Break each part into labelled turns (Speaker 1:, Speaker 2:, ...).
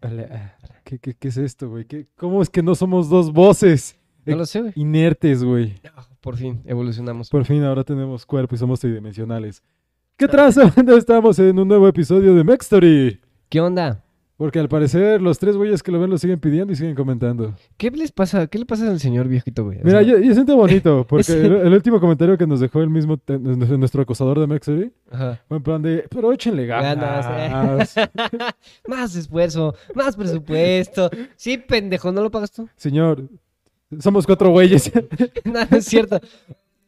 Speaker 1: Ala, ¿Qué, qué, qué es esto, güey? ¿Qué- ¿Cómo es que no somos dos voces
Speaker 2: No lo sé, güey.
Speaker 1: inertes, güey?
Speaker 2: Por fin, evolucionamos.
Speaker 1: Por fin ahora tenemos cuerpo y somos tridimensionales. ¿Qué traza, banda? Estamos en un nuevo episodio de Mextory.
Speaker 2: ¿Qué onda?
Speaker 1: Porque al parecer los tres güeyes que lo ven lo siguen pidiendo y siguen comentando.
Speaker 2: ¿Qué les pasa? ¿Qué le pasa al señor viejito, güey? O
Speaker 1: Mira,
Speaker 2: sea,
Speaker 1: yo, yo siento bonito, porque
Speaker 2: Sí.
Speaker 1: el, el último comentario que nos dejó el mismo, te- nuestro acosador de Mextory,
Speaker 2: ajá.
Speaker 1: fue en plan de, pero échenle
Speaker 2: Ganas,
Speaker 1: ganas.
Speaker 2: eh. Más esfuerzo, más presupuesto. Sí, pendejo, ¿no lo pagas tú?
Speaker 1: Señor, somos cuatro güeyes.
Speaker 2: No, no es cierto.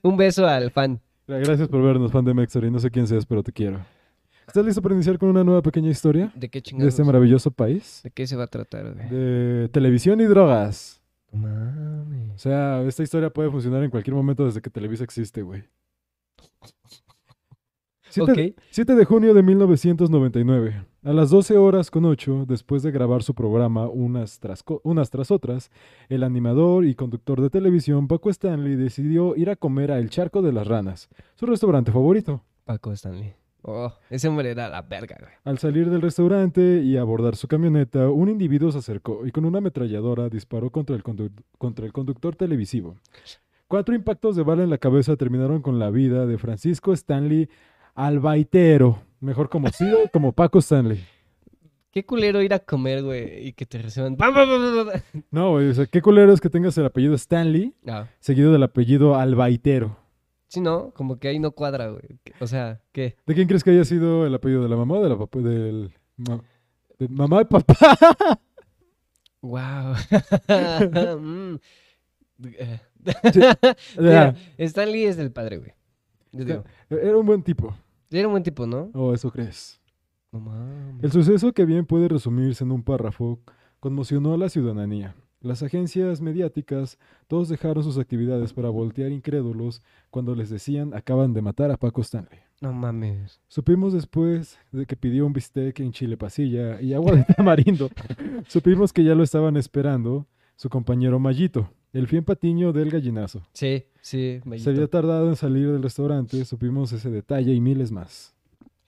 Speaker 2: Un beso al fan.
Speaker 1: Gracias por vernos, fan de Mextory. No sé quién seas, pero te quiero. ¿Estás listo para iniciar con una nueva pequeña historia
Speaker 2: ¿De qué
Speaker 1: de
Speaker 2: chingados?
Speaker 1: este maravilloso país?
Speaker 2: ¿De qué se va a tratar, güey?
Speaker 1: De televisión y drogas.
Speaker 2: No
Speaker 1: O
Speaker 2: mames.
Speaker 1: sea, esta historia puede funcionar en cualquier momento desde que Televisa existe, güey. 7,
Speaker 2: Ok.
Speaker 1: de junio de 1999. A las 12 horas con 8, después de grabar su programa unas tras, co- unas tras otras, el animador y conductor de televisión Paco Stanley decidió ir a comer a El Charco de las Ranas, su restaurante favorito.
Speaker 2: Paco Stanley. Oh, ese hombre era la verga, güey.
Speaker 1: Al salir del restaurante y abordar su camioneta, un individuo se acercó y con una ametralladora disparó contra el, condu- contra el conductor televisivo. Cuatro impactos de bala en la cabeza terminaron con la vida de Francisco Stanley Albaitero, mejor conocido como Paco Stanley.
Speaker 2: Qué culero ir a comer, güey, y que te reciban. ¡Bam, bam, bam, bam, bam!
Speaker 1: No, güey, o sea, qué culero es que tengas el apellido Stanley
Speaker 2: No.
Speaker 1: seguido del apellido Albaitero.
Speaker 2: Sí, no, como que ahí no cuadra, güey. O sea, ¿qué?
Speaker 1: ¿De quién crees que haya sido el apellido de la mamá o de la papá? Del, ma- de mamá y papá.
Speaker 2: Wow. Mm. Eh,
Speaker 1: Era
Speaker 2: Stanley es del padre, güey. Yo digo.
Speaker 1: era un buen tipo.
Speaker 2: Era un buen tipo, ¿no?
Speaker 1: ¿O eso crees?
Speaker 2: No mames.
Speaker 1: El suceso que bien puede resumirse en un párrafo conmocionó a la ciudadanía. Las agencias mediáticas, todos dejaron sus actividades para voltear incrédulos cuando les decían acaban de matar a Paco Stanley.
Speaker 2: No mames.
Speaker 1: Supimos después de que pidió un bistec en chile pasilla y agua de tamarindo. Supimos que ya lo estaban esperando su compañero Mallito, el fiel patiño del gallinazo.
Speaker 2: Sí, sí,
Speaker 1: Se había
Speaker 2: Mayito.
Speaker 1: tardado en salir del restaurante, supimos ese detalle y miles más.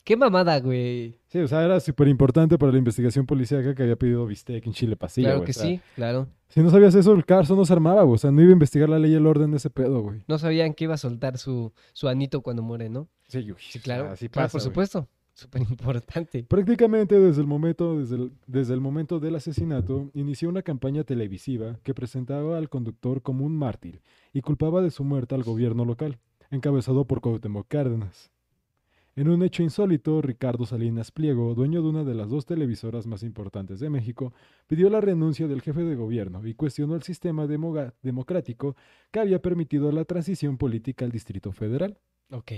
Speaker 2: Qué mamada, güey.
Speaker 1: Sí, o sea, era súper importante para la investigación policíaca que había pedido bistec en Chile Pasilla,
Speaker 2: claro
Speaker 1: güey,
Speaker 2: que
Speaker 1: o sea,
Speaker 2: sí, claro.
Speaker 1: Si no sabías eso, el Carso no se armaba, güey. O sea, no iba a investigar la ley y el orden de ese pedo, güey.
Speaker 2: No sabían que iba a soltar su, su anito cuando muere, ¿no?
Speaker 1: Sí,
Speaker 2: Sí, claro. claro, por supuesto. Súper importante.
Speaker 1: Prácticamente desde el, momento, desde, el, desde el momento del asesinato, inició una campaña televisiva que presentaba al conductor como un mártir y culpaba de su muerte al gobierno local, encabezado por Cuauhtémoc Cárdenas. En un hecho insólito, Ricardo Salinas Pliego, dueño de una de las dos televisoras más importantes de México, pidió la renuncia del jefe de gobierno y cuestionó el sistema demoga- democrático que había permitido la transición política al Distrito Federal.
Speaker 2: Ok.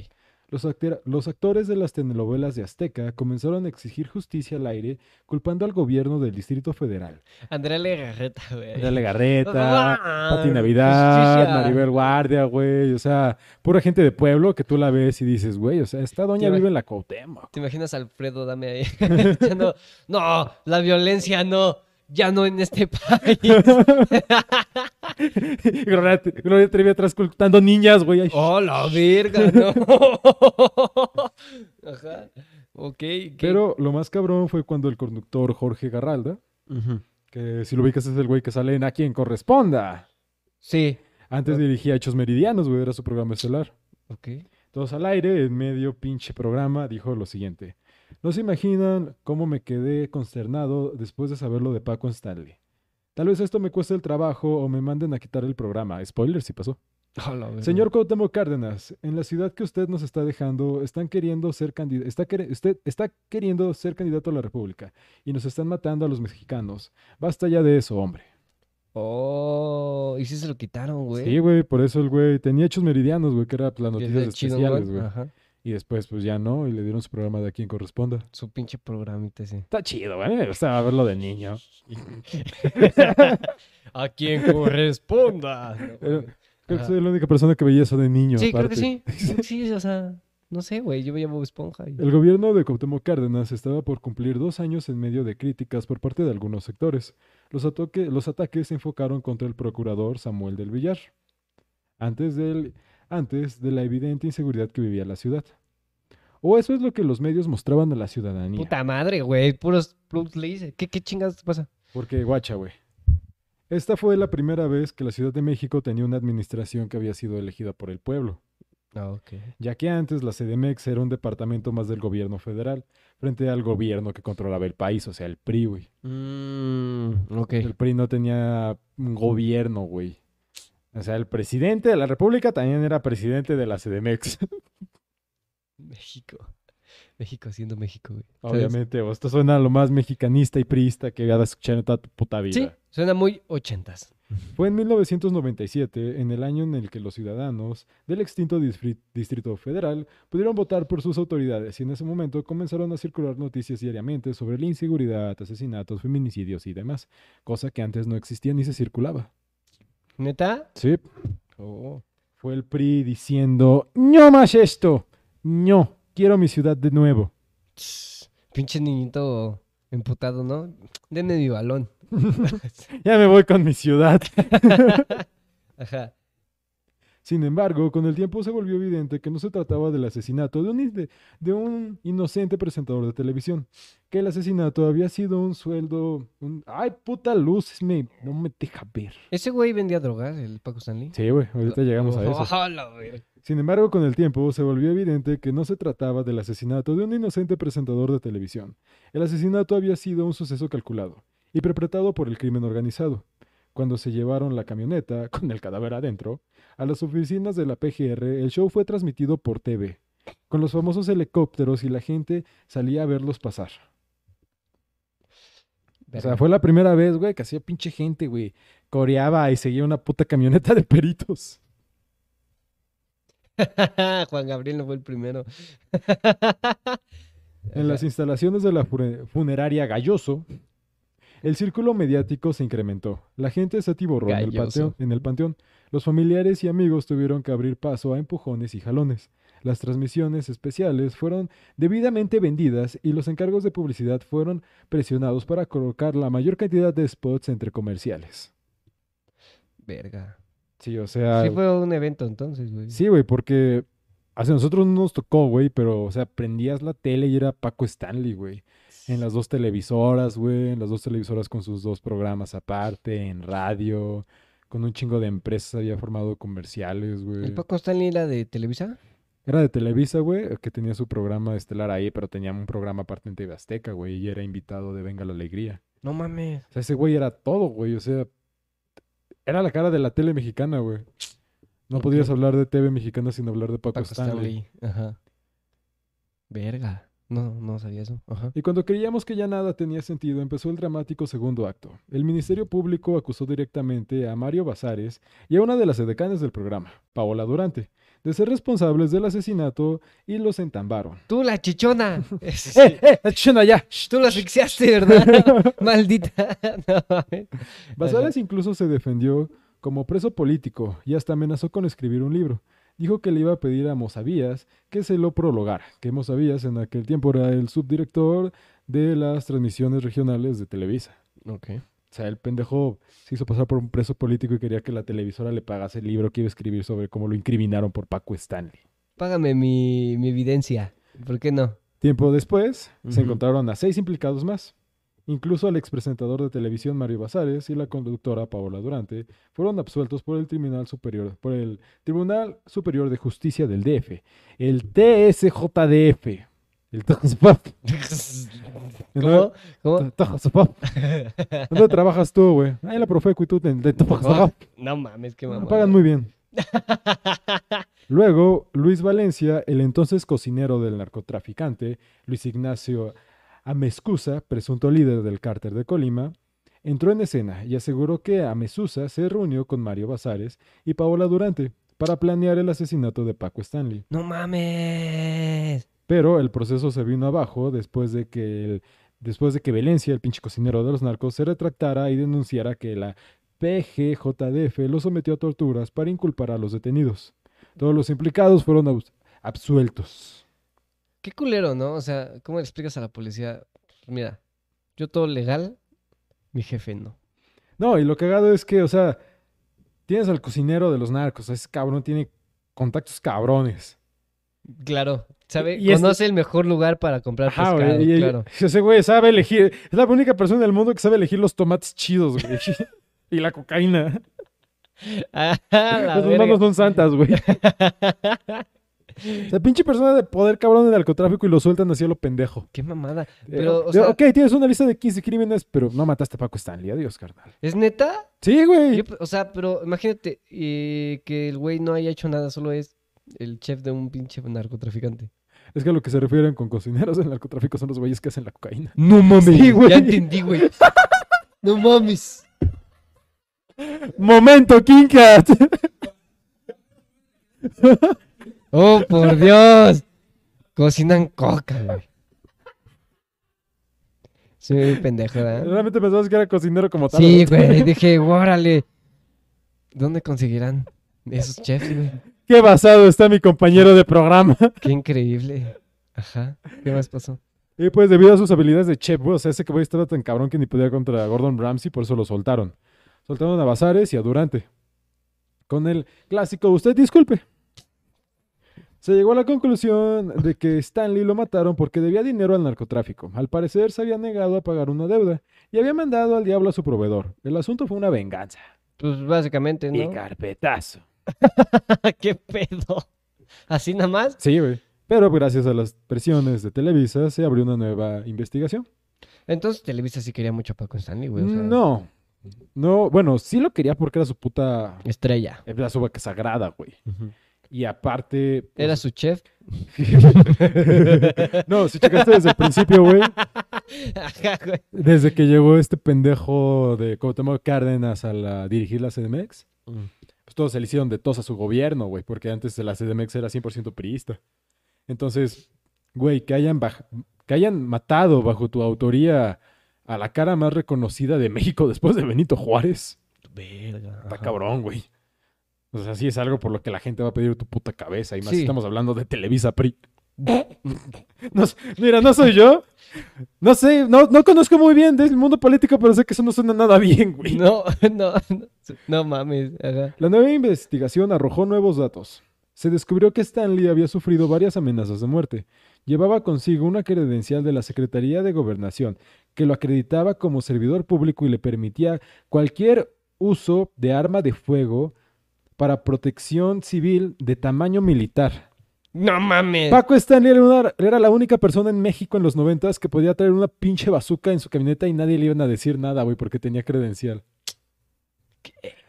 Speaker 1: Los, actera- los actores de las telenovelas de Azteca comenzaron a exigir justicia al aire, culpando al gobierno del Distrito Federal.
Speaker 2: Andrea Legarreta, güey.
Speaker 1: Garreta,
Speaker 2: Ah,
Speaker 1: Pati Navidad,
Speaker 2: justicia.
Speaker 1: Maribel Guardia, güey. O sea, pura gente de pueblo que tú la ves y dices, güey, o sea, esta doña
Speaker 2: Te imag-
Speaker 1: vive en la Cuauhtémoc.
Speaker 2: ¿Te imaginas a Alfredo Dame ahí? echando, no, la violencia no, ya no en este país.
Speaker 1: Gloria, Gloria Trevi atrás cultando niñas, güey. Ay,
Speaker 2: ¡Oh, la verga, no! Ajá. Ok. ¿qué?
Speaker 1: Pero lo más cabrón fue cuando el conductor Jorge Garralda, que si lo ubicas es el güey que sale en A quien corresponda.
Speaker 2: Sí.
Speaker 1: Antes
Speaker 2: Ah.
Speaker 1: dirigía Hechos Meridianos, güey, era su programa estelar.
Speaker 2: Ok.
Speaker 1: Todos al aire, en medio pinche programa, dijo lo siguiente. No se imaginan cómo me quedé consternado después de saber lo de Paco Stanley. Tal vez esto me cueste el trabajo o me manden a quitar el programa. Spoiler, si pasó.
Speaker 2: Oh, la verga.
Speaker 1: Señor Cuauhtémoc Cárdenas, en la ciudad que usted nos está dejando, están queriendo ser candid- está quer- usted está queriendo ser candidato a la República y nos están matando a los mexicanos. Basta ya de eso, hombre.
Speaker 2: Oh, y sí se lo quitaron, güey.
Speaker 1: Sí, güey, por eso el güey tenía hechos meridianos, güey, que era las
Speaker 2: Que es
Speaker 1: noticias
Speaker 2: de chido, ¿no?
Speaker 1: especiales, güey.
Speaker 2: Ajá.
Speaker 1: Y después, pues ya no, y le dieron su programa de a quien corresponda.
Speaker 2: Su pinche programita, sí.
Speaker 1: Está chido, güey. A mí me gustaba verlo de niño.
Speaker 2: A quien corresponda. No,
Speaker 1: Pero-
Speaker 2: güey.
Speaker 1: Creo que
Speaker 2: Ajá.
Speaker 1: soy la única persona que veía eso de niño.
Speaker 2: sí, creo que
Speaker 1: aparte.
Speaker 2: sí. Sí, o sea, no sé, güey. Yo me llamo Esponja. y-
Speaker 1: El gobierno de Cuauhtémoc Cárdenas estaba por cumplir dos años en medio de críticas por parte de algunos sectores. Los, atoque- los ataques se enfocaron contra el procurador Samuel del Villar, antes, del- antes de la evidente inseguridad que vivía la ciudad. O eso es lo que los medios mostraban a la ciudadanía.
Speaker 2: Puta madre, güey. Puros plus leyes. ¿Qué, ¿Qué chingas pasa?
Speaker 1: Porque, guacha, güey. Esta fue la primera vez que la Ciudad de México tenía una administración que había sido elegida por el pueblo,
Speaker 2: Ah, ok.
Speaker 1: ya que antes la CDMX era un departamento más del gobierno federal, frente al gobierno que controlaba el país, o sea, el PRI, güey.
Speaker 2: Mm, ok.
Speaker 1: El PRI no tenía un gobierno, güey. O sea, el presidente de la República también era presidente de la CDMX.
Speaker 2: México. México siendo México, güey. ¿Sabes?
Speaker 1: Obviamente, o esto suena lo más mexicanista y priista que habías escuchado en toda tu puta vida.
Speaker 2: Sí, suena muy ochentas.
Speaker 1: Fue en 1997, en el año en el que los ciudadanos del extinto disfri- Distrito Federal pudieron votar por sus autoridades y en ese momento comenzaron a circular noticias diariamente sobre la inseguridad, asesinatos, feminicidios y demás, cosa que antes no existía ni se circulaba.
Speaker 2: ¿Neta?
Speaker 1: Sí.
Speaker 2: Oh.
Speaker 1: Fue el PRI diciendo, no más esto, no, quiero mi ciudad de nuevo.
Speaker 2: Tss, Pinche niñito emputado, ¿no? Denme mi balón.
Speaker 1: Ya me voy con mi ciudad.
Speaker 2: Ajá.
Speaker 1: Sin embargo, con el tiempo se volvió evidente que no se trataba del asesinato de un, inde- de un inocente presentador de televisión, que el asesinato había sido un sueldo... un- ¡Ay, puta luz! Me, no me deja ver.
Speaker 2: ¿Ese güey vendía drogas, el Paco Stanley?
Speaker 1: Sí, güey, ahorita llegamos a eso.
Speaker 2: Ojalá, güey.
Speaker 1: Sin embargo, con el tiempo se volvió evidente que no se trataba del asesinato de un inocente presentador de televisión. El asesinato había sido un suceso calculado y perpetrado por el crimen organizado. Cuando se llevaron la camioneta, con el cadáver adentro, a las oficinas de la PGR, el show fue transmitido por TV, con los famosos helicópteros y la gente salía a verlos pasar. O sea,
Speaker 2: Verga.
Speaker 1: fue la primera vez, güey, que hacía pinche gente, güey. Coreaba y seguía una puta camioneta de peritos.
Speaker 2: Juan Gabriel no fue el primero.
Speaker 1: En las instalaciones de la fure- funeraria Galloso, el círculo mediático se incrementó. La gente se atiborró en el,
Speaker 2: Galloso.
Speaker 1: panteón, en el panteón. Los familiares y amigos tuvieron que abrir paso a empujones y jalones. Las transmisiones especiales fueron debidamente vendidas y los encargos de publicidad fueron presionados para colocar la mayor cantidad de spots entre comerciales.
Speaker 2: Verga.
Speaker 1: Sí, o sea,
Speaker 2: Sí fue un evento entonces, güey.
Speaker 1: Ah, Sí, güey, porque hacia nosotros no nos tocó, güey, pero, o sea, prendías la tele y era Paco Stanley, güey. En las dos televisoras, güey, en las dos televisoras con sus dos programas aparte, en radio, con un chingo de empresas había formado comerciales, güey.
Speaker 2: ¿El Paco Stanley era de Televisa?
Speaker 1: Era de Televisa, güey, que tenía su programa estelar ahí, pero tenía un programa aparte en TV Azteca, güey, y era invitado de Venga la Alegría.
Speaker 2: No mames.
Speaker 1: O sea, ese güey era todo, güey, o sea, era la cara de la tele mexicana, güey. No
Speaker 2: Ok.
Speaker 1: podías hablar de TV mexicana sin hablar de Paco,
Speaker 2: Paco
Speaker 1: Stanley.
Speaker 2: Stanley. Ajá. Verga. No, no sabía eso. Ajá.
Speaker 1: Y cuando creíamos que ya nada tenía sentido, empezó el dramático segundo acto. El Ministerio Público acusó directamente a Mario Bazares y a una de las edecanes del programa, Paola Durante, de ser responsables del asesinato y los entambaron.
Speaker 2: Tú la chichona. Es-
Speaker 1: ¡Eh, eh! ¡Acción allá!
Speaker 2: Tú la asfixiaste, ¿verdad? Maldita. No mames.
Speaker 1: Bazares incluso se defendió como preso político y hasta amenazó con escribir un libro. Dijo que le iba a pedir a Mosavías que se lo prologara, que Mosavías en aquel tiempo era el subdirector de las transmisiones regionales de Televisa.
Speaker 2: Ok.
Speaker 1: O sea, el pendejo se hizo pasar por un preso político y quería que la televisora le pagase el libro que iba a escribir sobre cómo lo incriminaron por Paco Stanley.
Speaker 2: Págame mi, mi evidencia. ¿Por qué no?
Speaker 1: Tiempo después,
Speaker 2: Ujú.
Speaker 1: se encontraron a seis implicados más. Incluso al expresentador de televisión Mario Bazares y la conductora Paola Durante fueron absueltos por el Tribunal Superior, por el Tribunal Superior de Justicia del DF, el TSJDF. El TSJDF.
Speaker 2: ¿Cómo? ¿Cómo?
Speaker 1: ¿Dónde trabajas tú, güey? Ah, en la Profeco y tú en el TSJDF.
Speaker 2: No mames, qué
Speaker 1: Me
Speaker 2: mamada.
Speaker 1: pagan muy bien. Luego, Luis Valencia, el entonces cocinero del narcotraficante, Luis Ignacio Amezcusa, presunto líder del cárter de Colima, entró en escena y aseguró que Amezusa se reunió con Mario Bazares y Paola Durante para planear el asesinato de Paco Stanley.
Speaker 2: No mames.
Speaker 1: Pero el proceso se vino abajo después de que el- después de que Valencia, el pinche cocinero de los narcos, se retractara y denunciara que la PGJDF lo sometió a torturas para inculpar a los detenidos. Todos los implicados fueron abs- absueltos.
Speaker 2: Qué culero, ¿no? O sea, ¿cómo le explicas a la policía? Mira, yo todo legal, mi jefe no.
Speaker 1: No, y lo cagado es que, o sea, tienes al cocinero de los narcos, ese cabrón tiene contactos cabrones.
Speaker 2: Claro. sabe,
Speaker 1: y es-
Speaker 2: conoce el mejor lugar para comprar
Speaker 1: Ajá,
Speaker 2: pescado,
Speaker 1: güey. y-
Speaker 2: claro.
Speaker 1: y Ese güey sabe elegir. Es la única persona del mundo que sabe elegir los tomates chidos, güey. y la cocaína.
Speaker 2: Ah, la
Speaker 1: Los
Speaker 2: verga.
Speaker 1: manos son santas, güey. O sea, pinche persona de poder cabrón del narcotráfico y lo sueltan así a lo pendejo.
Speaker 2: Qué mamada.
Speaker 1: Eh,
Speaker 2: Pero, o
Speaker 1: eh,
Speaker 2: sea,
Speaker 1: ok, tienes una lista de 15 crímenes, pero no mataste a Paco Stanley. Adiós, carnal.
Speaker 2: ¿es neta?
Speaker 1: Sí, güey.
Speaker 2: Yo- pues, o sea, pero imagínate eh, que el güey no haya hecho nada, solo es el chef de un pinche narcotraficante.
Speaker 1: Es que a lo que se refieren con cocineros del narcotráfico son los güeyes que hacen la cocaína.
Speaker 2: No mames.
Speaker 1: Sí, güey.
Speaker 2: Ya entendí, güey. No mames.
Speaker 1: ¡Momento, Kinkat!
Speaker 2: Oh, por Dios. Cocinan coca, güey. Soy muy pendejo, ¿verdad?
Speaker 1: Realmente pensabas que era cocinero como tal.
Speaker 2: Ah. Sí,
Speaker 1: ¿no?
Speaker 2: güey. Dije, órale. ¿Dónde conseguirán esos chefs, güey?
Speaker 1: Qué basado está mi compañero de programa.
Speaker 2: Qué increíble. Ajá. ¿Qué más pasó?
Speaker 1: Y pues debido a sus habilidades de chef, güey, o sea, ese que güey estaba tan cabrón que ni podía contra Gordon Ramsay, por eso lo soltaron. Soltaron a Bazares y a Durante. Con el clásico, usted disculpe. Se llegó a la conclusión de que Stanley lo mataron porque debía dinero al narcotráfico. Al parecer se había negado a pagar una deuda y había mandado al diablo a su proveedor. El asunto fue una venganza.
Speaker 2: Pues básicamente, ¿no?
Speaker 1: carpetazo.
Speaker 2: ¿Qué pedo? ¿Así nada más?
Speaker 1: Sí, güey. Pero gracias a las presiones de Televisa se abrió una nueva investigación.
Speaker 2: Entonces Televisa sí quería mucho a Paco Stanley, güey. o sea,
Speaker 1: No. No, bueno, sí lo quería porque era su puta.
Speaker 2: Estrella.
Speaker 1: Era su vaca sagrada, güey. Y aparte. pues,
Speaker 2: Era su chef.
Speaker 1: no, si checaste desde el principio, güey.
Speaker 2: Ajá, güey.
Speaker 1: Desde que llegó este pendejo de Cuauhtémoc Cárdenas a la- dirigir la CDMX,
Speaker 2: Mm,
Speaker 1: pues todos se le hicieron de tos a su gobierno, güey, porque antes la CDMX era 100% priista. Entonces, güey, que hayan, baj- que hayan matado bajo tu autoría a la cara más reconocida de México después de Benito Juárez,
Speaker 2: Verga.
Speaker 1: está
Speaker 2: ajá.
Speaker 1: cabrón, güey. O sea, sí es algo por lo que la gente va a pedir tu puta cabeza. Y más si
Speaker 2: Sí.
Speaker 1: estamos hablando de Televisa PRI. No s- mira, no soy yo. No sé, no, no conozco muy bien del mundo político, pero sé que eso no suena nada bien, güey.
Speaker 2: No, no, no, no mames. Ajá.
Speaker 1: La nueva investigación arrojó nuevos datos. Se descubrió que Stanley había sufrido varias amenazas de muerte. Llevaba consigo una credencial de la Secretaría de Gobernación que lo acreditaba como servidor público y le permitía cualquier uso de arma de fuego para protección civil de tamaño militar.
Speaker 2: No mames.
Speaker 1: Paco Stanley era, una- era la única persona en México en los noventas que podía traer una pinche bazooka en su camioneta y nadie le iban a decir nada, güey, porque tenía credencial.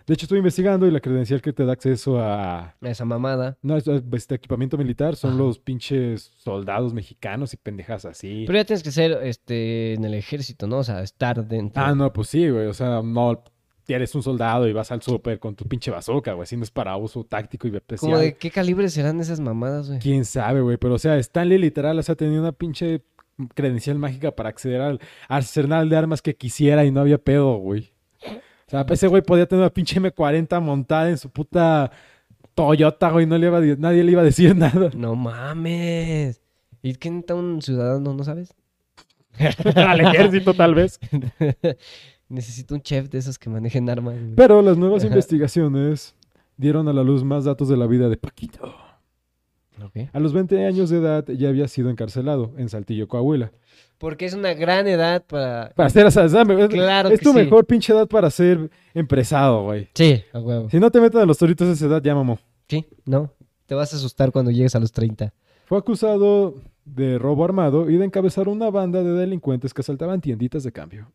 Speaker 1: De hecho, estuve investigando y la credencial que te da acceso a,
Speaker 2: Esa mamada.
Speaker 1: no, es- es- este equipamiento militar son
Speaker 2: Ajá.
Speaker 1: los pinches soldados mexicanos y pendejas así.
Speaker 2: Pero ya tienes que ser este en el ejército, ¿no? O sea, estar dentro.
Speaker 1: Ah, no, pues sí, güey. O sea, no eres un soldado y vas al súper con tu pinche bazooka, güey. Si no es para uso táctico y especial.
Speaker 2: Como de qué calibre serán esas mamadas, güey.
Speaker 1: Quién sabe, güey. Pero, o sea, Stanley literal, o sea, tenía una pinche credencial mágica para acceder al arsenal de armas que quisiera y no había pedo, güey. O sea, ese güey podía tener una pinche M40 montada en su puta Toyota, güey. No le iba a di- nadie le iba a decir nada.
Speaker 2: No mames. ¿Y qué necesita un ciudadano, no sabes?
Speaker 1: al ejército, tal vez.
Speaker 2: Necesito un chef de esos que manejen armas. güey.
Speaker 1: Pero las nuevas
Speaker 2: Ajá.
Speaker 1: investigaciones dieron a la luz más datos de la vida de Paquito.
Speaker 2: Ok.
Speaker 1: A los 20 años de edad ya había sido encarcelado en Saltillo, Coahuila.
Speaker 2: Porque es una gran edad para.
Speaker 1: Para ser asesino, es,
Speaker 2: Claro
Speaker 1: es
Speaker 2: que
Speaker 1: tu
Speaker 2: sí.
Speaker 1: mejor pinche edad para ser empresado, güey.
Speaker 2: Sí, a huevo.
Speaker 1: Si no te meten a los toritos a esa edad, ya mamó.
Speaker 2: Sí, no. Te vas a asustar cuando llegues a los 30.
Speaker 1: Fue acusado de robo armado y de encabezar una banda de delincuentes que asaltaban tienditas de cambio.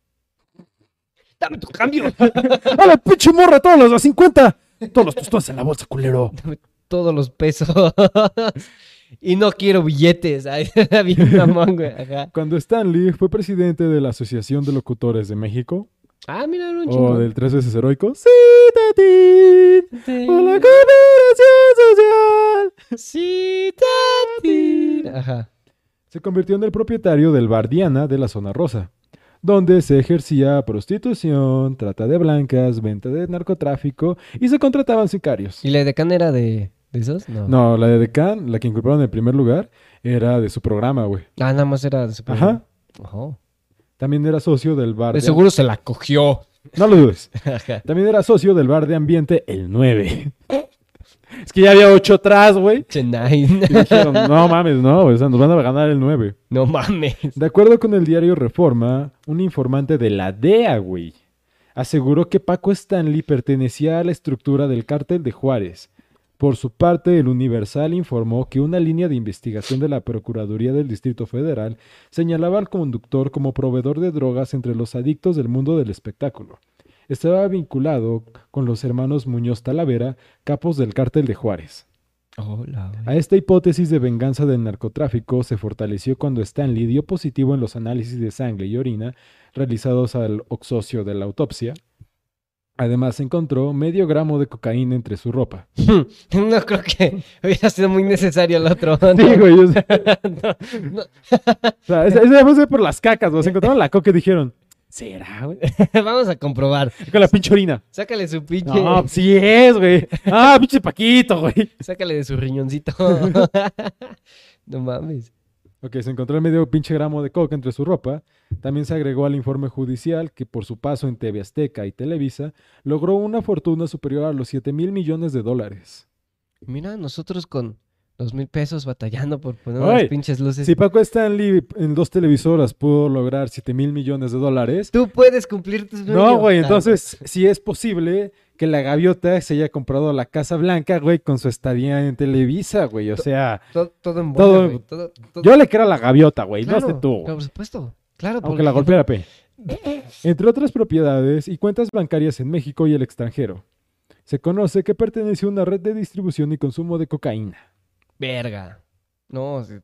Speaker 2: ¡Dame tu cambio!
Speaker 1: ¡A la pinche morra! ¡Todos los a 50! ¡Todos los tostones en la bolsa, culero!
Speaker 2: Todos los pesos. y no quiero billetes. Ay, bien mamón, güey. Ajá.
Speaker 1: Cuando Stanley fue presidente de la Asociación de Locutores de México,
Speaker 2: Ah, mira, era un
Speaker 1: O
Speaker 2: chingo.
Speaker 1: Oh, del tres veces heroico. Sí, Tatín,
Speaker 2: Sí.
Speaker 1: por la cooperación social.
Speaker 2: Sí, tatín. Ajá.
Speaker 1: Se convirtió en el propietario del bar Diana de la zona rosa, donde se ejercía prostitución, trata de blancas, venta de narcotráfico y se contrataban sicarios.
Speaker 2: ¿Y la decana era de, de esos? No.
Speaker 1: No, la de Decan, la que inculparon en primer lugar, era de su programa, güey.
Speaker 2: Ah, nada más era de su
Speaker 1: Ajá.
Speaker 2: Ajá.
Speaker 1: También era socio del bar.
Speaker 2: De
Speaker 1: de-
Speaker 2: seguro se la cogió.
Speaker 1: No lo dudes.
Speaker 2: Ajá.
Speaker 1: También era socio del bar de ambiente El 9. Es que ya había ocho atrás, güey.
Speaker 2: Che, nine.
Speaker 1: Y dijeron, no mames, no, o sea, nos van a ganar el 9.
Speaker 2: No mames.
Speaker 1: De acuerdo con el diario Reforma, un informante de la DEA, güey, aseguró que Paco Stanley pertenecía a la estructura del cártel de Juárez. Por su parte, el Universal informó que una línea de investigación de la Procuraduría del Distrito Federal señalaba al conductor como proveedor de drogas entre los adictos del mundo del espectáculo. Estaba vinculado con los hermanos Muñoz Talavera, capos del cártel de Juárez.
Speaker 2: Hola,
Speaker 1: A esta hipótesis de venganza del narcotráfico se fortaleció cuando Stanley dio positivo en los análisis de sangre y orina realizados al oxocio de la autopsia. Además, encontró medio gramo de cocaína entre su ropa.
Speaker 2: No creo que hubiera sido muy necesario el otro. ¿no?
Speaker 1: Sí, güey. o sea,
Speaker 2: No, no.
Speaker 1: o sea, esa- esa fue por las cacas, güey. Se encontraron la coca y dijeron,
Speaker 2: ¿Será, güey? Vamos a comprobar.
Speaker 1: con la pinche orina.
Speaker 2: Sácale su pinche.
Speaker 1: No, pues sí es, güey. Ah, pinche Paquito, güey.
Speaker 2: Sácale de su riñoncito. no mames.
Speaker 1: Ok, se encontró el medio pinche gramo de coca entre su ropa. También se agregó al informe judicial que por su paso en TV Azteca y Televisa logró una fortuna superior a los 7 mil millones de dólares.
Speaker 2: Mira, nosotros con dos mil pesos batallando por poner
Speaker 1: Ay,
Speaker 2: las pinches luces.
Speaker 1: Si Paco Stanley en dos televisoras pudo lograr 7 mil millones de dólares,
Speaker 2: Tú puedes cumplir tus sueños.
Speaker 1: no, güey,
Speaker 2: Ah,
Speaker 1: entonces sí es posible que la gaviota se haya comprado la Casa Blanca, güey, con su estadía en Televisa, güey. O sea,
Speaker 2: Todo, todo en
Speaker 1: Todo-
Speaker 2: bola, güey. Todo, todo-
Speaker 1: yo le creo a la gaviota, güey, no
Speaker 2: Claro,
Speaker 1: sé tú.
Speaker 2: Por supuesto. Claro,
Speaker 1: Aunque la
Speaker 2: porque-
Speaker 1: golpeara P. Entre otras propiedades y cuentas bancarias en México y el extranjero. Se conoce que pertenece a una red de distribución y consumo de cocaína.
Speaker 2: Verga. No, se-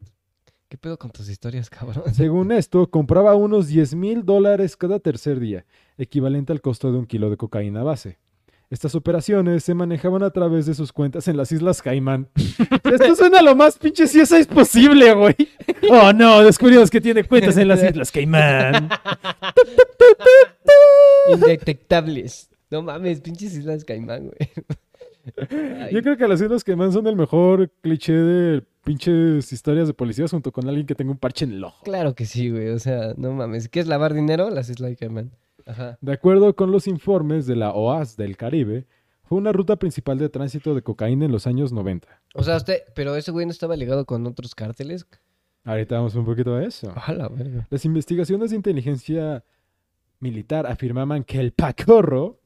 Speaker 2: ¿qué pedo con tus historias, cabrón?
Speaker 1: Según esto, compraba unos 10 mil dólares cada tercer día, equivalente al costo de un kilo de cocaína base. Estas operaciones se manejaban a través de sus cuentas en las Islas Caimán. Esto suena lo más pinche si es posible, güey. Oh, no, descubrimos que tiene cuentas en las Islas Caimán.
Speaker 2: Indetectables. No mames, pinches Islas Caimán, güey. Ay,
Speaker 1: Yo creo que las Islas Caimán son el mejor cliché de pinches historias de policías junto con alguien que tenga un parche en el ojo.
Speaker 2: Claro que sí, güey. O sea, no mames. ¿Qué es lavar dinero? Las Islas Caimán. Ajá.
Speaker 1: De acuerdo con los informes de la OAS del Caribe, fue una ruta principal de tránsito de cocaína en los años 90.
Speaker 2: O sea, usted, pero ese güey no estaba ligado con otros cárteles.
Speaker 1: Ahorita vamos un poquito a eso.
Speaker 2: A la verga.
Speaker 1: Las investigaciones de inteligencia militar afirmaban que el Pacorro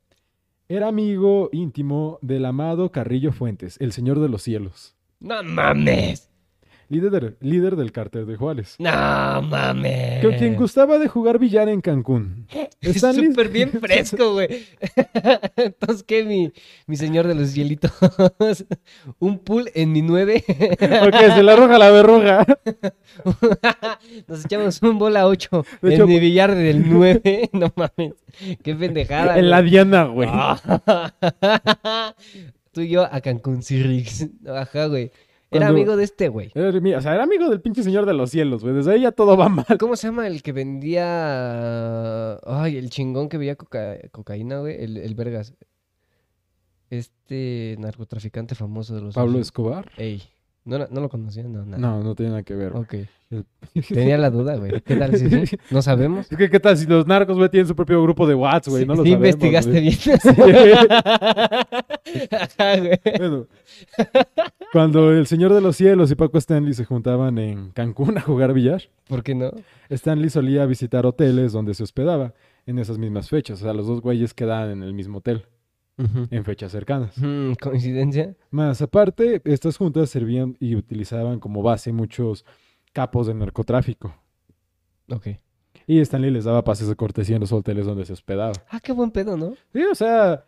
Speaker 1: era amigo íntimo del amado Carrillo Fuentes, el Señor de los Cielos,
Speaker 2: No mames.
Speaker 1: líder, líder del cártel de Juárez,
Speaker 2: No mames.
Speaker 1: con quien gustaba de jugar billar en Cancún.
Speaker 2: Es
Speaker 1: Stanley-
Speaker 2: Eh. súper bien fresco, güey. Entonces, ¿qué, mi, mi señor de los hielitos? Un pool en mi nueve.
Speaker 1: Ok, se la arroja la verruga.
Speaker 2: Nos echamos un bola 8
Speaker 1: De
Speaker 2: en
Speaker 1: hecho-
Speaker 2: mi billar del 9. No mames. Qué pendejada.
Speaker 1: En la
Speaker 2: güey.
Speaker 1: diana, güey.
Speaker 2: Ah. Tú y yo a Cancún, Cirrix. Ajá, güey. Era
Speaker 1: Cuando-
Speaker 2: amigo de este, güey.
Speaker 1: Era mi- o sea, era amigo del pinche señor de los cielos, güey. Desde ahí ya todo va mal.
Speaker 2: ¿Cómo se llama el que vendía. Ay, el chingón que veía coca- cocaína, güey? El, el Vergas. Este narcotraficante famoso de los.
Speaker 1: Pablo
Speaker 2: es.
Speaker 1: Escobar.
Speaker 2: Ey. ¿No, la- no lo conocía? No, nada.
Speaker 1: No, no tiene nada que ver. güey.
Speaker 2: Ok. Tenía la duda, güey. ¿Qué tal si sí? No sabemos.
Speaker 1: Es que, ¿qué tal si los narcos, güey, tienen su propio grupo de Watts, güey?
Speaker 2: Sí-
Speaker 1: No lo
Speaker 2: sí
Speaker 1: sabemos,
Speaker 2: investigaste
Speaker 1: güey.
Speaker 2: bien. Ajá, güey.
Speaker 1: Bueno, cuando el Señor de los Cielos y Paco Stanley se juntaban en Cancún a jugar billar,
Speaker 2: ¿Por qué no?
Speaker 1: Stanley solía visitar hoteles donde se hospedaba en esas mismas fechas. O sea, los dos güeyes quedaban en el mismo hotel en fechas cercanas.
Speaker 2: Mm, ¿Coincidencia?
Speaker 1: Más aparte, estas juntas servían y utilizaban como base muchos capos de narcotráfico.
Speaker 2: Ok.
Speaker 1: Y Stanley les daba pases de cortesía en los hoteles donde se hospedaba.
Speaker 2: Ah, qué buen pedo, ¿no?
Speaker 1: Sí, o sea,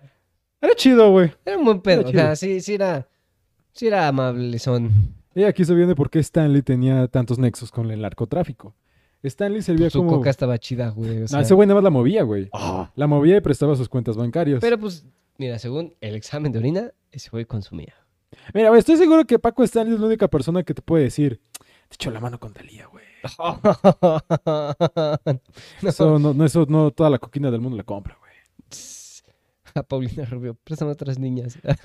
Speaker 1: era chido, güey.
Speaker 2: Era un buen pedo.
Speaker 1: Era
Speaker 2: o sea, sí, sí era. Sí era amablezón.
Speaker 1: Y aquí se viene por qué Stanley tenía tantos nexos con el narcotráfico. Stanley servía
Speaker 2: Pues Su
Speaker 1: como...
Speaker 2: coca estaba chida, güey. o
Speaker 1: No,
Speaker 2: sea.
Speaker 1: ese güey nada más la movía, güey. La movía y prestaba sus cuentas bancarias.
Speaker 2: Pero pues, mira, según el examen de orina, ese güey consumía.
Speaker 1: Mira, güey, estoy seguro que Paco Stanley es la única persona que te puede decir, te echo la mano con Talía, güey.
Speaker 2: No.
Speaker 1: Eso no, no, eso no toda la coquina del mundo la compra, güey.
Speaker 2: a Paulina Rubio, préstame otras niñas.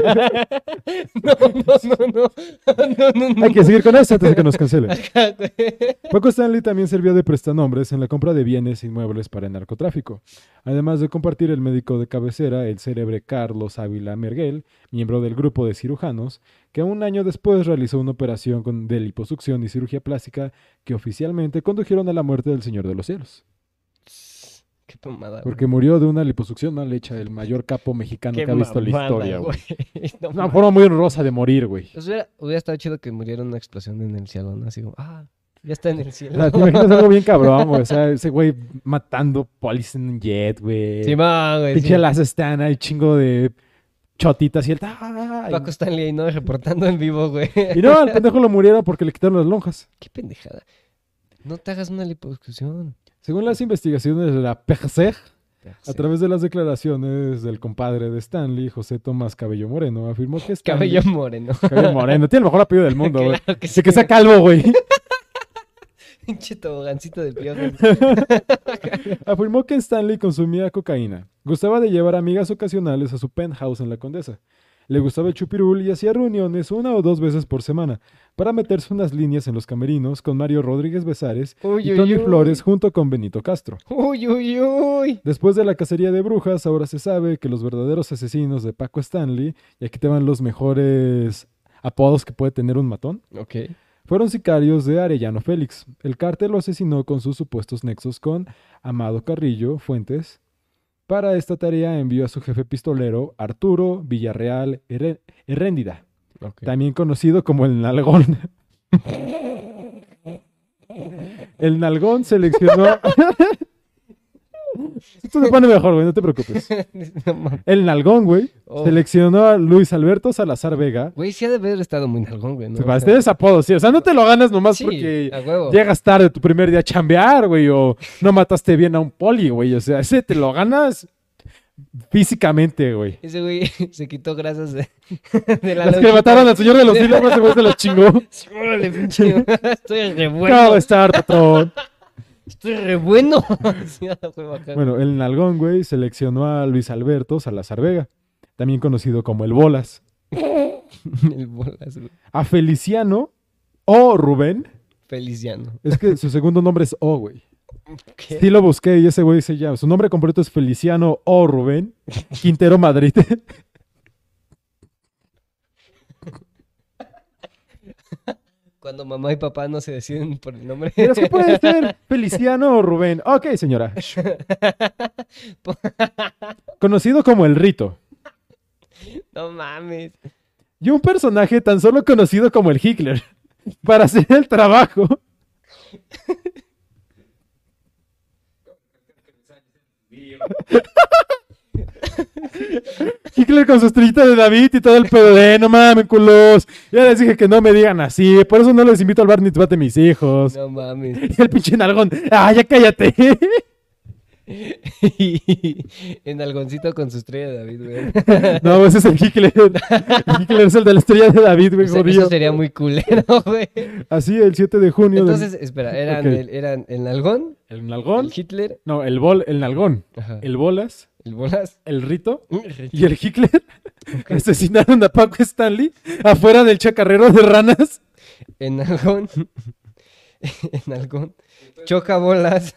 Speaker 2: no, no, no, no. No, no, no.
Speaker 1: Hay que seguir con eso antes de que nos cancelen.
Speaker 2: no.
Speaker 1: Paco Stanley también sirvió de prestanombres en la compra de bienes inmuebles para el narcotráfico, además de compartir el médico de cabecera, el célebre Carlos Ávila Merguel, miembro del grupo de cirujanos, que un año después realizó una operación con, de liposucción y cirugía plástica que oficialmente condujeron a la muerte del Señor de los Cielos,
Speaker 2: Qué pomada, güey.
Speaker 1: porque murió de una liposucción mal hecha, el mayor capo mexicano
Speaker 2: Qué
Speaker 1: que ha visto en la
Speaker 2: mamada,
Speaker 1: historia. güey. pues,
Speaker 2: No
Speaker 1: Una
Speaker 2: mames.
Speaker 1: forma muy honrosa de morir, güey.
Speaker 2: Pues hubiera, hubiera estado chido que muriera en una explosión en el cielo, ¿no? Así como, ah, ya está en el cielo.
Speaker 1: ¿Te imaginas algo bien cabrón, güey? O sea, ese güey matando polis en un jet, güey.
Speaker 2: Sí, va, güey.
Speaker 1: Pinche
Speaker 2: sí.
Speaker 1: las están ahí, chingo de chotitas y el. ¡ay!
Speaker 2: Paco Stanley ahí, ¿no? Reportando en vivo, güey.
Speaker 1: Y no, al pendejo lo murieron porque le quitaron las lonjas.
Speaker 2: Qué pendejada. No te hagas una liposucción.
Speaker 1: Según las investigaciones de la PGC, a
Speaker 2: Sí.
Speaker 1: través de las declaraciones del compadre de Stanley, José Tomás Cabello Moreno, afirmó que Stanley...
Speaker 2: Cabello moreno.
Speaker 1: Cabello Moreno. Tiene el mejor apellido del mundo, güey.
Speaker 2: claro que
Speaker 1: Así
Speaker 2: sí.
Speaker 1: que sea calvo, güey.
Speaker 2: Pinche tobogancito de piojos.
Speaker 1: Afirmó que Stanley consumía cocaína. Gustaba de llevar amigas ocasionales a su penthouse en la Condesa. Le gustaba el chupirul y hacía reuniones una o dos veces por semana para meterse unas líneas en los camerinos con Mario Rodríguez Besares
Speaker 2: Uy,
Speaker 1: y
Speaker 2: uy,
Speaker 1: Tony
Speaker 2: uy.
Speaker 1: Flores junto con Benito Castro.
Speaker 2: Uy, uy, uy.
Speaker 1: Después de la cacería de brujas, ahora se sabe que los verdaderos asesinos de Paco Stanley, y aquí te van los mejores apodos que puede tener un matón,
Speaker 2: Ok.
Speaker 1: fueron sicarios de Arellano Félix. El cártel lo asesinó con sus supuestos nexos con Amado Carrillo Fuentes. Para esta tarea envió a su jefe pistolero Arturo Villarreal Herre- Herréndida,
Speaker 2: Ok.
Speaker 1: también conocido como el Nalgón. El Nalgón seleccionó. Esto se pone mejor, güey, no te preocupes.
Speaker 2: No mames.
Speaker 1: El Nalgón, güey,
Speaker 2: Oh.
Speaker 1: seleccionó a Luis Alberto Salazar Vega.
Speaker 2: Güey, sí ha de haber estado muy nalgón, güey. ¿no?
Speaker 1: Para
Speaker 2: O sea,
Speaker 1: ustedes apodo, sí. O sea, no te lo ganas nomás
Speaker 2: sí,
Speaker 1: porque
Speaker 2: a huevo.
Speaker 1: llegas tarde tu primer día a chambear, güey, o no mataste bien a un poli, güey. O sea, ese te lo ganas físicamente, güey.
Speaker 2: Ese güey se quitó grasas de, de la
Speaker 1: Las que
Speaker 2: lonjita.
Speaker 1: mataron al señor de los hilos, ese güey se los chingó.
Speaker 2: Sí, órale, pinche. Estoy re bueno.
Speaker 1: Acaba de estar, patrón.
Speaker 2: Estoy re bueno. Sí, a huevo acá.
Speaker 1: Bueno, el nalgón, güey, seleccionó a Luis Alberto Salazar Vega, también conocido como el Bolas,
Speaker 2: El bolas, güey.
Speaker 1: a Feliciano o Rubén.
Speaker 2: Feliciano.
Speaker 1: Es que su segundo nombre es O, güey.
Speaker 2: ¿Qué?
Speaker 1: Sí lo busqué y ese güey se llama. Su nombre completo es Feliciano O. Rubén Quintero Madrid.
Speaker 2: Cuando mamá y papá no se deciden por el nombre.
Speaker 1: Dirás, ¿qué puede ser? Feliciano o Rubén. Ok, señora. Conocido como el Rito.
Speaker 2: No mames.
Speaker 1: Y un personaje tan solo conocido como el Hitler. Para hacer el trabajo. Hitler con su estrellita de David y todo el pedo de "Eh, no mames, culos. Ya les dije que no me digan así. Por eso no les invito al bar ni de mis hijos.
Speaker 2: No mames.
Speaker 1: Y el pinche nalgón, ¡ah, ya cállate!
Speaker 2: en algoncito con su estrella de David, güey.
Speaker 1: No, pues ese es el Hitler. El Hitler es el de la estrella de David, güey,
Speaker 2: Eso,
Speaker 1: jodido.
Speaker 2: eso sería muy culero, güey.
Speaker 1: Así, el 7 de junio. del-
Speaker 2: Entonces, espera, eran,
Speaker 1: Ok.
Speaker 2: el, eran el nalgón,
Speaker 1: ¿El
Speaker 2: el
Speaker 1: nalgón?
Speaker 2: Hitler,
Speaker 1: No, el bol, el nalgón.
Speaker 2: ajá, el,
Speaker 1: El bolas,
Speaker 2: bolas.
Speaker 1: el rito y el Hitler asesinaron a Paco Stanley afuera del chacarrero de ranas.
Speaker 2: En algón. En algón. Choca bolas.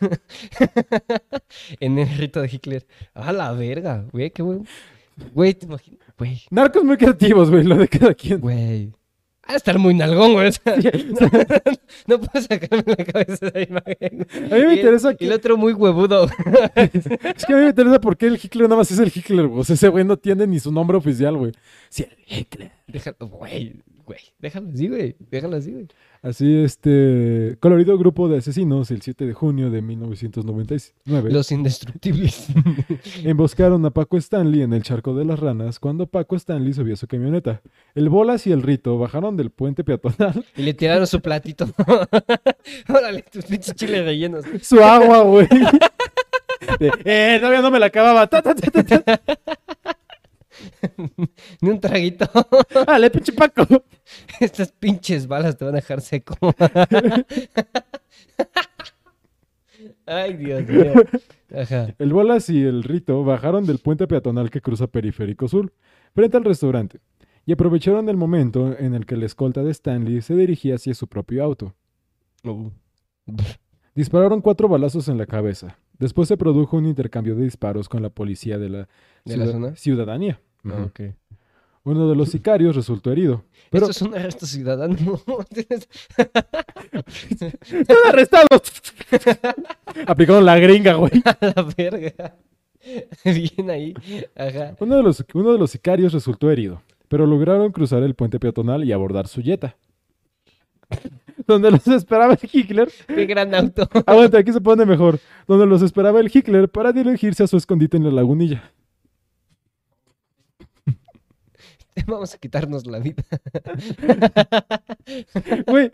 Speaker 2: en el rito de Hitler. A la verga, güey, qué güey. Güey, te imaginas. Güey,
Speaker 1: Narcos muy creativos, güey, lo de cada quien.
Speaker 2: güey. Ha de estar muy nalgón, güey. o sea, no, no puedo sacarme la cabeza de esa imagen.
Speaker 1: A mí me interesa
Speaker 2: Y
Speaker 1: que...
Speaker 2: el otro muy huevudo.
Speaker 1: Es que a mí me interesa por qué el Hitler nada más es el Hitler, güey. O sea, ese güey no tiene ni su nombre oficial, güey. Sí, el Hitler.
Speaker 2: Déjalo, güey, güey. Déjalo así, güey. Déjalo así, güey.
Speaker 1: Así, este colorido grupo de asesinos, el 7 de junio de 1999,
Speaker 2: Los indestructibles.
Speaker 1: emboscaron a Paco Stanley en el charco de las ranas cuando Paco Stanley subía su camioneta. El Bolas y el Rito bajaron del puente peatonal
Speaker 2: y le tiraron su platito. Órale, tus pinches chiles rellenos.
Speaker 1: su agua, güey. De, eh, todavía no me la acababa. Ta, ta, ta, ta, ta.
Speaker 2: Ni un traguito.
Speaker 1: Dale, pinche Paco.
Speaker 2: Estas pinches balas te van a dejar seco. Ay, Dios mío. Ajá.
Speaker 1: El Bolas y el Rito bajaron del puente peatonal que cruza Periférico Sur, frente al restaurante, y aprovecharon el momento en el que la escolta de Stanley se dirigía hacia su propio auto.
Speaker 2: Uh.
Speaker 1: Dispararon cuatro balazos en la cabeza. Después se produjo un intercambio de disparos con la policía de la,
Speaker 2: ¿De la
Speaker 1: ciuda-
Speaker 2: zona?
Speaker 1: ciudadanía.
Speaker 2: Ah,
Speaker 1: Ujú.
Speaker 2: ok.
Speaker 1: Uno de los sicarios resultó herido. Pero
Speaker 2: Esto es un arresto ciudadano.
Speaker 1: ¡Están arrestados! Aplicaron la gringa, güey.
Speaker 2: A la verga. Bien ahí. Ajá.
Speaker 1: Uno de, los, uno de los sicarios resultó herido, pero lograron cruzar el puente peatonal y abordar su yeta. Donde los esperaba el Hitler.
Speaker 2: Qué gran auto.
Speaker 1: Aguanta, aquí se pone mejor. Donde los esperaba el Hitler para dirigirse a su escondite en la lagunilla.
Speaker 2: Vamos a quitarnos la vida.
Speaker 1: Güey,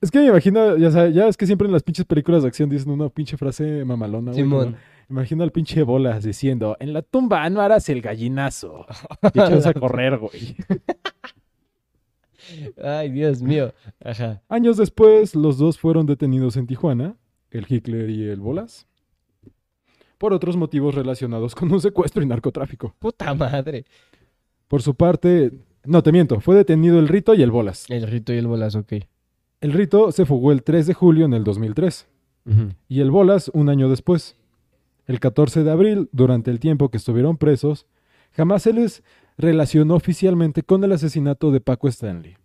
Speaker 1: es que me imagino, ya, sabes, ya es que siempre en las pinches películas de acción dicen una pinche frase mamalona, güey. como,
Speaker 2: Simón.
Speaker 1: Imagino al pinche bolas diciendo, en la tumba no harás el gallinazo. Y echándose a correr, güey.
Speaker 2: Ay, Dios mío. Ajá.
Speaker 1: Años después, los dos fueron detenidos en Tijuana, el Hitler y el Bolas, por otros motivos relacionados con un secuestro y narcotráfico.
Speaker 2: Puta madre.
Speaker 1: Por su parte, no te miento, fue detenido el Rito y el Bolas.
Speaker 2: El rito y el bolazo, ok.
Speaker 1: El Rito se fugó el 3 de julio en el 2003 y el Bolas un año después. El 14 de abril, durante el tiempo que estuvieron presos, jamás se les relacionó oficialmente con el asesinato de Paco Stanley.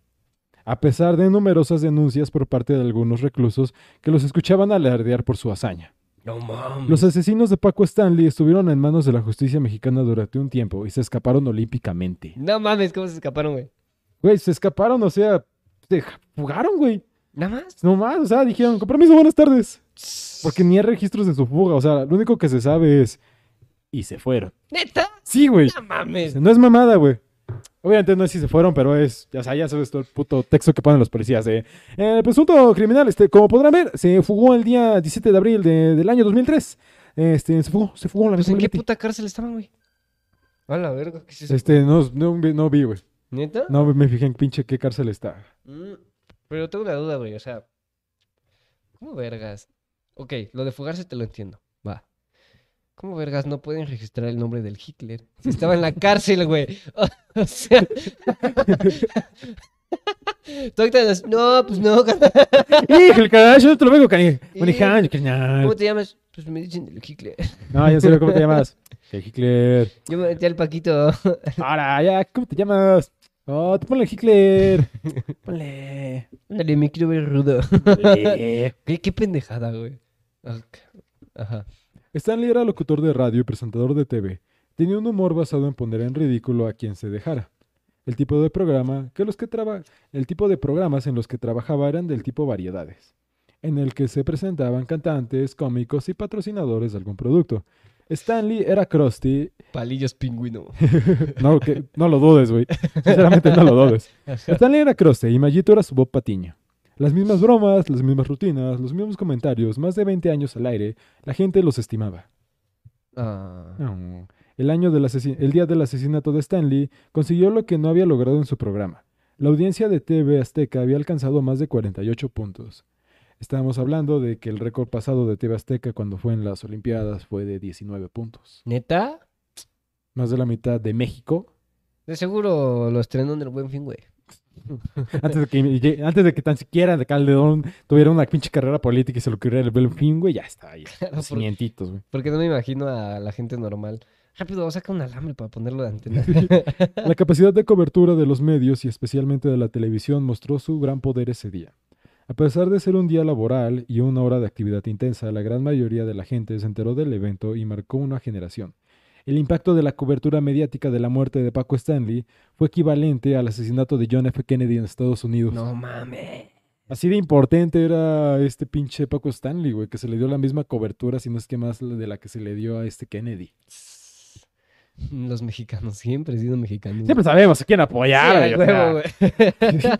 Speaker 1: A pesar de numerosas denuncias por parte de algunos reclusos que los escuchaban alardear por su hazaña.
Speaker 2: No mames.
Speaker 1: Los asesinos de Paco Stanley estuvieron en manos de la justicia mexicana durante un tiempo y se escaparon olímpicamente.
Speaker 2: No mames, ¿cómo se escaparon, güey?
Speaker 1: Güey, se escaparon, o sea, se fugaron, güey.
Speaker 2: ¿Nada más?
Speaker 1: Nomás, o sea, dijeron, con permiso, buenas tardes. Porque
Speaker 2: Porque...
Speaker 1: ni hay registros de su fuga, o sea, lo único que se sabe es... Y se fueron.
Speaker 2: ¿Neta?
Speaker 1: Sí, güey.
Speaker 2: No mames.
Speaker 1: No es mamada, güey. Obviamente no es si se fueron, pero es, ya, sa- ya sabes todo el puto texto que ponen los policías. eh. El presunto criminal, este, como podrán ver, se fugó el día 17 de abril de- del año 2003. Este, se fugó, se fugó la
Speaker 2: Pues, ¿En qué
Speaker 1: Betty.
Speaker 2: puta cárcel estaban, güey? A la verga, ¿qué es eso?
Speaker 1: Este, no, no, vi- no vi, güey.
Speaker 2: ¿Neta?
Speaker 1: No me fijé en pinche qué cárcel está.
Speaker 2: Mm, Pero tengo una duda, güey. O sea, ¿cómo vergas? Ok, lo de fugarse te lo entiendo. Va. ¿Cómo vergas no pueden registrar el nombre del Hitler? Si estaba en la cárcel, güey. O sea. Tú ahorita dices, No, pues no, carnal.
Speaker 1: ¡Hijo, el carajo! Yo te lo vengo cani-
Speaker 2: Y-
Speaker 1: manejando, carnal.
Speaker 2: ¿Cómo te llamas? Pues me dicen el Hitler.
Speaker 1: No, ya sé cómo te llamas. El Hitler.
Speaker 2: Yo me metí al Paquito.
Speaker 1: Ahora, ya, ¿cómo te llamas? Oh, te ponle Hitler. Ponle.
Speaker 2: Ándale, me quiero ver rudo.
Speaker 1: ponle.
Speaker 2: ¿Qué, qué pendejada, güey. Ok, Ajá.
Speaker 1: Stanley era locutor de radio y presentador de TV. Tenía un humor basado en poner en ridículo a quien se dejara. El tipo de programa que los que traba- el tipo de programas en los que trabajaba eran del tipo variedades, en el que se presentaban cantantes, cómicos y patrocinadores de algún producto. Stanley era Krusty,
Speaker 2: Palillos pingüino.
Speaker 1: no, que- no lo dudes, güey. Sinceramente no lo dudes.
Speaker 2: Ajá.
Speaker 1: Stanley era Krusty y Mayito era su Bob Patiño. Las mismas bromas, las mismas rutinas, los mismos comentarios, más de 20 años al aire, la gente los estimaba.
Speaker 2: Ah.
Speaker 1: No. El, año del asesi- el día del asesinato de Stanley consiguió lo que no había logrado en su programa. La audiencia de TV Azteca había alcanzado más de 48 puntos. Estábamos hablando de que el récord pasado de TV Azteca cuando fue en las Olimpiadas fue de 19 puntos.
Speaker 2: ¿Neta?
Speaker 1: Más de la mitad de México.
Speaker 2: De seguro lo estrenó en el Buen Fin, güey.
Speaker 1: Antes de que, lle- antes de que tan siquiera de Calderón tuviera una pinche carrera política y se lo quería el buen fin, güey, ya está. Ya.
Speaker 2: por-
Speaker 1: Cimientitos, güey.
Speaker 2: Porque no me imagino a la gente normal. Rápido, saca un alambre para ponerlo de antena.
Speaker 1: La capacidad de cobertura de los medios y especialmente de la televisión mostró su gran poder ese día. A pesar de ser un día laboral y una hora de actividad intensa, la gran mayoría de la gente se enteró del evento y marcó una generación. El impacto de la cobertura mediática de la muerte de Paco Stanley fue equivalente al asesinato de John F. Kennedy en Estados Unidos.
Speaker 2: no mames.
Speaker 1: Así de importante era este pinche Paco Stanley, güey, que se le dio la misma cobertura, si no es que más de la que se le dio a este Kennedy.
Speaker 2: Los mexicanos siempre siendo mexicanos.
Speaker 1: Siempre sabemos a quién
Speaker 2: Sí,
Speaker 1: apoyar.
Speaker 2: a
Speaker 1: güey, o sea.
Speaker 2: huevo,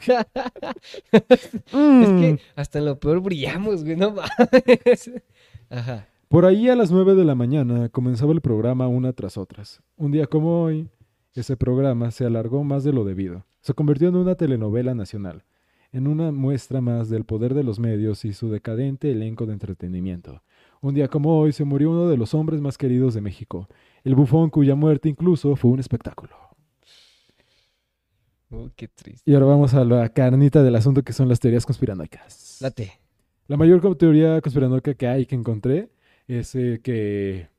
Speaker 2: güey.
Speaker 1: Mm.
Speaker 2: es que hasta en lo peor brillamos, güey, no mames. Ajá.
Speaker 1: Por ahí a las 9 de la mañana comenzaba el programa una tras otras. Un día como hoy, ese programa se alargó más de lo debido. Se convirtió en una telenovela nacional, en una muestra más del poder de los medios y su decadente elenco de entretenimiento. Un día como hoy se murió uno de los hombres más queridos de México, el bufón cuya muerte incluso fue un espectáculo.
Speaker 2: Uh, qué triste.
Speaker 1: Y ahora vamos a la carnita del asunto que son las teorías conspiranoicas.
Speaker 2: Late.
Speaker 1: La mayor co- teoría conspiranoica que hay que encontré es eh, que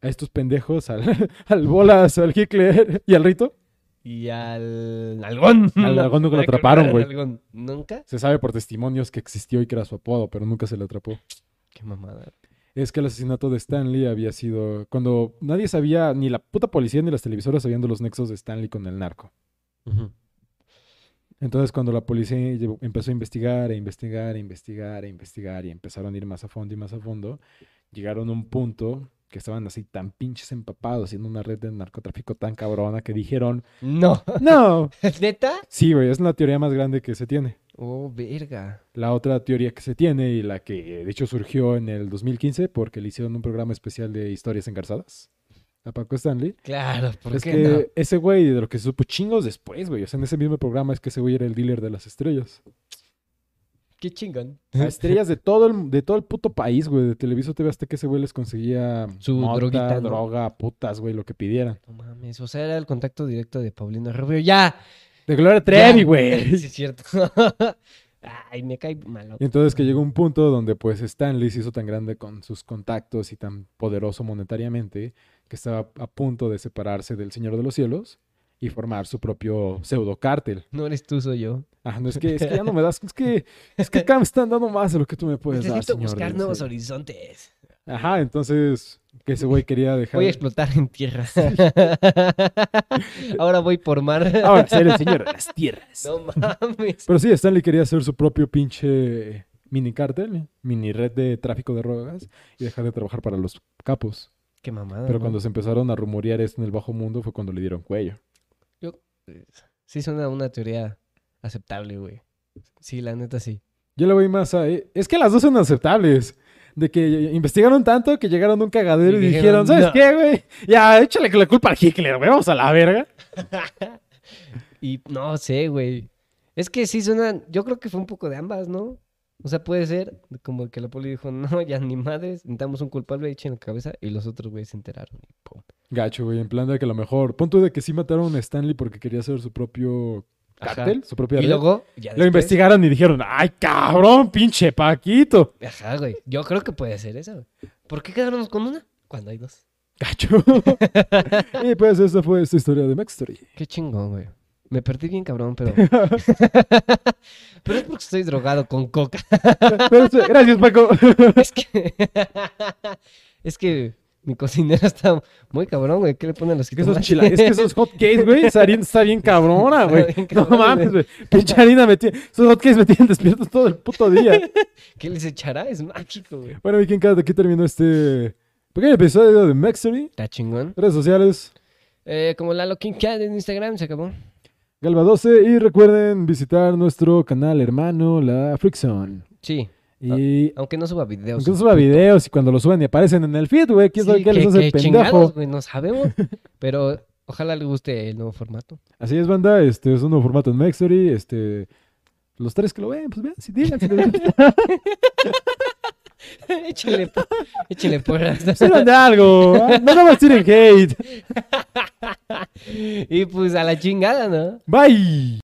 Speaker 1: a estos pendejos, al, al Bolas, al Hitler y al Rito,
Speaker 2: Y al nalgón.
Speaker 1: Al nalgón nunca lo
Speaker 2: Ay, con-
Speaker 1: atraparon,
Speaker 2: al
Speaker 1: güey.
Speaker 2: nalgón. ¿Nunca?
Speaker 1: se sabe por testimonios que existió y que era su apodo, pero nunca se le atrapó.
Speaker 2: Qué mamada.
Speaker 1: Es que el asesinato de Stanley había sido cuando nadie sabía, ni la puta policía ni las televisoras sabían de los nexos de Stanley con el narco.
Speaker 2: Ujú.
Speaker 1: Entonces, cuando la policía llevó- empezó a investigar, e investigar, e investigar, e investigar, y empezaron a ir más a fondo y más a fondo, llegaron a un punto que estaban así tan pinches empapados en una red de narcotráfico tan cabrona que dijeron,
Speaker 2: No.
Speaker 1: ¡No!
Speaker 2: ¿Neta?
Speaker 1: Sí, güey, es la teoría más grande que se tiene.
Speaker 2: Oh, verga.
Speaker 1: La otra teoría que se tiene y la que de hecho surgió en el 2015 porque le hicieron un programa especial de historias engarzadas a Paco Stanley.
Speaker 2: Claro, ¿por
Speaker 1: Es
Speaker 2: qué
Speaker 1: que
Speaker 2: no?
Speaker 1: ese güey, de lo que se supo chingos después, güey, o sea, en ese mismo programa es que ese güey era el dealer de las estrellas.
Speaker 2: Qué chingón.
Speaker 1: a estrellas de todo el, de todo el puto país, güey, de Televiso TV hasta que ese güey les conseguía
Speaker 2: Su droguita, ¿no?
Speaker 1: droga, putas, güey, lo que pidieran.
Speaker 2: No mames, o sea, era el contacto directo de Paulina Rubio. ¡Ya!
Speaker 1: De Gloria
Speaker 2: Ya.
Speaker 1: Trevi, güey.
Speaker 2: Sí, es cierto. Ay, me cae malo.
Speaker 1: Y entonces que llegó un punto donde pues Stanley se hizo tan grande con sus contactos y tan poderoso monetariamente que estaba a punto de separarse del Señor de los Cielos y formar su propio pseudo cártel.
Speaker 2: No eres tú, soy yo.
Speaker 1: Ah, no, es que, es que ya no me das, es que, es que acá me están dando más de lo que tú me puedes dar,
Speaker 2: Necesito
Speaker 1: Pues, ah, señor de
Speaker 2: buscar
Speaker 1: los
Speaker 2: nuevos
Speaker 1: cielos.
Speaker 2: horizontes.
Speaker 1: Ajá, entonces que ese güey quería dejar...
Speaker 2: Voy a explotar en tierra. Ahora voy por mar.
Speaker 1: Ahora Ah, ser el Señor de las Tierras.
Speaker 2: No mames.
Speaker 1: Pero sí, Stanley quería hacer su propio pinche mini cártel, ¿eh? mini red de tráfico de drogas y dejar de trabajar para los capos.
Speaker 2: Qué mamada.
Speaker 1: Pero
Speaker 2: ¿no?
Speaker 1: cuando se empezaron a rumorear esto en el bajo mundo fue cuando le dieron cuello.
Speaker 2: Sí suena una teoría aceptable, güey. Sí, la neta sí.
Speaker 1: Yo le voy más a... eh, Es que las dos son aceptables. De que investigaron tanto que llegaron a un cagadero y,
Speaker 2: Y
Speaker 1: dijeron,
Speaker 2: dijeron,
Speaker 1: ¿sabes
Speaker 2: "No".
Speaker 1: qué, güey? Ya, échale la culpa al Hitler, güey, vamos a la verga.
Speaker 2: Y no sé, güey. Es que sí suena, yo creo que fue un poco de ambas, ¿no? O sea, puede ser como que la poli dijo, no, ya ni madres, necesitamos un culpable, echen la cabeza, y los otros, güey, se enteraron. Y pum.
Speaker 1: Gacho, güey, en plan de que a lo mejor... Pon tú de que sí mataron a Stanley porque quería hacer su propio
Speaker 2: Ajá.
Speaker 1: cártel, su propia
Speaker 2: Y
Speaker 1: red.
Speaker 2: luego, ya
Speaker 1: Lo
Speaker 2: después-
Speaker 1: investigaron y dijeron, ay, cabrón, pinche Paquito.
Speaker 2: Ajá, güey. Yo creo que puede ser eso, güey. ¿Por qué quedarnos con una cuando hay dos?
Speaker 1: Cacho. y pues esa fue esta historia de Max Story.
Speaker 2: Qué chingón, güey. Me perdí bien cabrón, pero... pero es porque estoy drogado con coca.
Speaker 1: Pero eso- Gracias, Paco.
Speaker 2: Es que... es que mi cocinera está muy cabrón, güey. ¿Qué le ponen los
Speaker 1: Que esos
Speaker 2: jitomates?
Speaker 1: chila- es que esos hotcakes, güey, esa harina está bien cabrona, güey.
Speaker 2: Está bien
Speaker 1: No
Speaker 2: cabrona,
Speaker 1: mames, güey. Pinche harina me tiene- Esos hotcakes me tienen despiertos todo el puto día.
Speaker 2: ¿Qué les echará? Es mágico, güey.
Speaker 1: Bueno, Viking Cat, aquí terminó este pequeño episodio de Max Story.
Speaker 2: Está chingón.
Speaker 1: Redes sociales,
Speaker 2: Eh, como Lalo King Cat en Instagram, se acabó.
Speaker 1: Galva12. Y recuerden visitar nuestro canal hermano, la Frickson.
Speaker 2: Sí,
Speaker 1: Y
Speaker 2: aunque no suba videos.
Speaker 1: Aunque no suba videos y cuando lo suben y aparecen en el feed, güey, quién sabe
Speaker 2: Ah, Sí,
Speaker 1: qué les
Speaker 2: que-
Speaker 1: hace el
Speaker 2: que
Speaker 1: pendejo.
Speaker 2: chingados, güey, no sabemos. Pero ojalá le guste el nuevo formato.
Speaker 1: Así es, banda, este es un nuevo formato en Mextory, este los tres que lo ven, pues vean, si digan, si les gusta, pues
Speaker 2: échale, po- échale porras.
Speaker 1: sirvan de algo, ah, no nos tiren hate.
Speaker 2: y pues a la chingada, ¿no?
Speaker 1: Bye.